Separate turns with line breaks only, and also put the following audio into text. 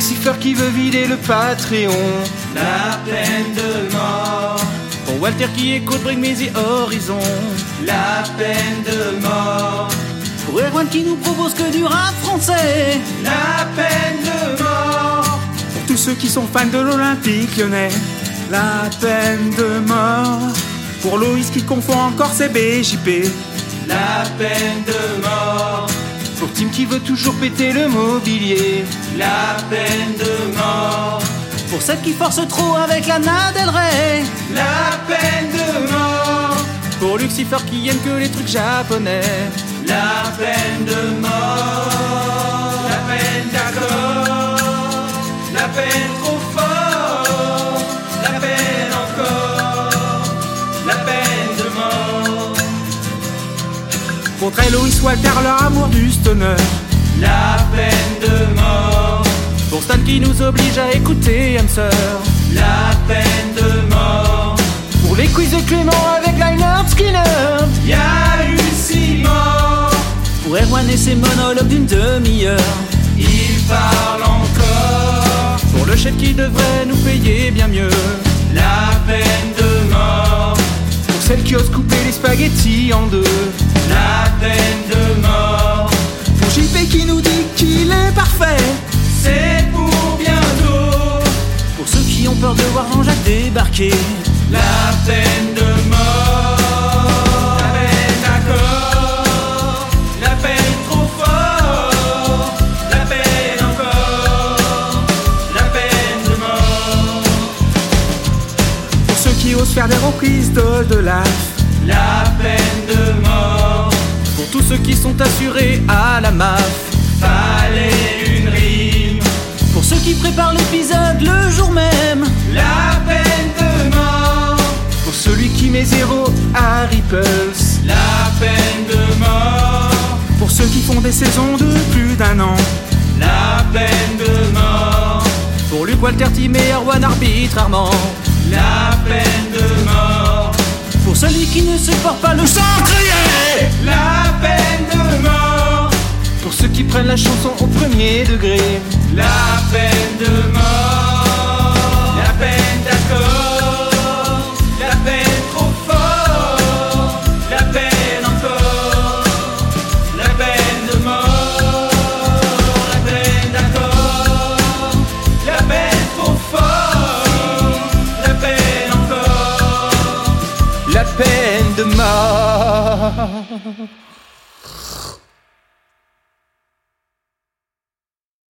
kiffeur qui veut vider le Patreon.
La peine de mort,
Pour Walter qui écoute Bring Me the Horizon.
la peine de mort,
Pour Erwan qui nous propose que du rap français.
la peine de mort,
Pour tous ceux qui sont fans de l'Olympique lyonnais. La peine de mort. Pour Loïs qui confond encore ses BJP.
la peine de mort,
Pour Tim qui veut toujours péter le mobilier.
la peine de mort,
Pour celle qui force trop avec la Del Rey.
la peine de mort,
Pour Lucifer qui aime que les trucs japonais.
la peine de mort, la peine d'accord, la peine trop fort, la peine encore, la peine de mort,
Contre Eloïs Walter leur amour du stoner.
la peine de mort,
Pour Stan qui nous oblige à écouter âme sœur.
la peine de mort.
Pour les quiz de Clément avec Liner Skinner.
Y a eu six morts,
Pour Erwan et ses monologues d'une demi-heure.
il parle encore.
Pour le chef qui devrait nous payer bien mieux.
La peine de mort,
Pour celle qui ose couper les spaghettis en deux.
la peine de mort,
Pour JP qui nous dit qu'il est parfait.
c'est pour bientôt.
Pour ceux qui ont peur de voir Jean-Jacques débarquer.
La peine de mort, la peine d'accord, la peine trop fort, la peine encore, la peine de mort,
Pour ceux qui osent faire des reprises de, de
la peine de mort,
Pour tous ceux qui sont assurés à la MAF.
fallait une rime.
Pour ceux qui préparent l'épisode le jour même.
La peine de mort,
Pour celui qui met zéro à Ripples.
la peine de mort,
Pour ceux qui font des saisons de plus d'un an.
la peine de mort,
Pour Luc Walter Tim et Erwan arbitrairement.
la peine de mort,
Pour celui qui ne supporte pas le chantrier.
la peine de mort,
Pour ceux qui prennent la chanson au premier degré.
la peine de mort, la peine d'accord, la peine trop fort, la peine encore, la peine de mort, la peine d'accord, la peine trop fort, la peine encore.
La peine de mort.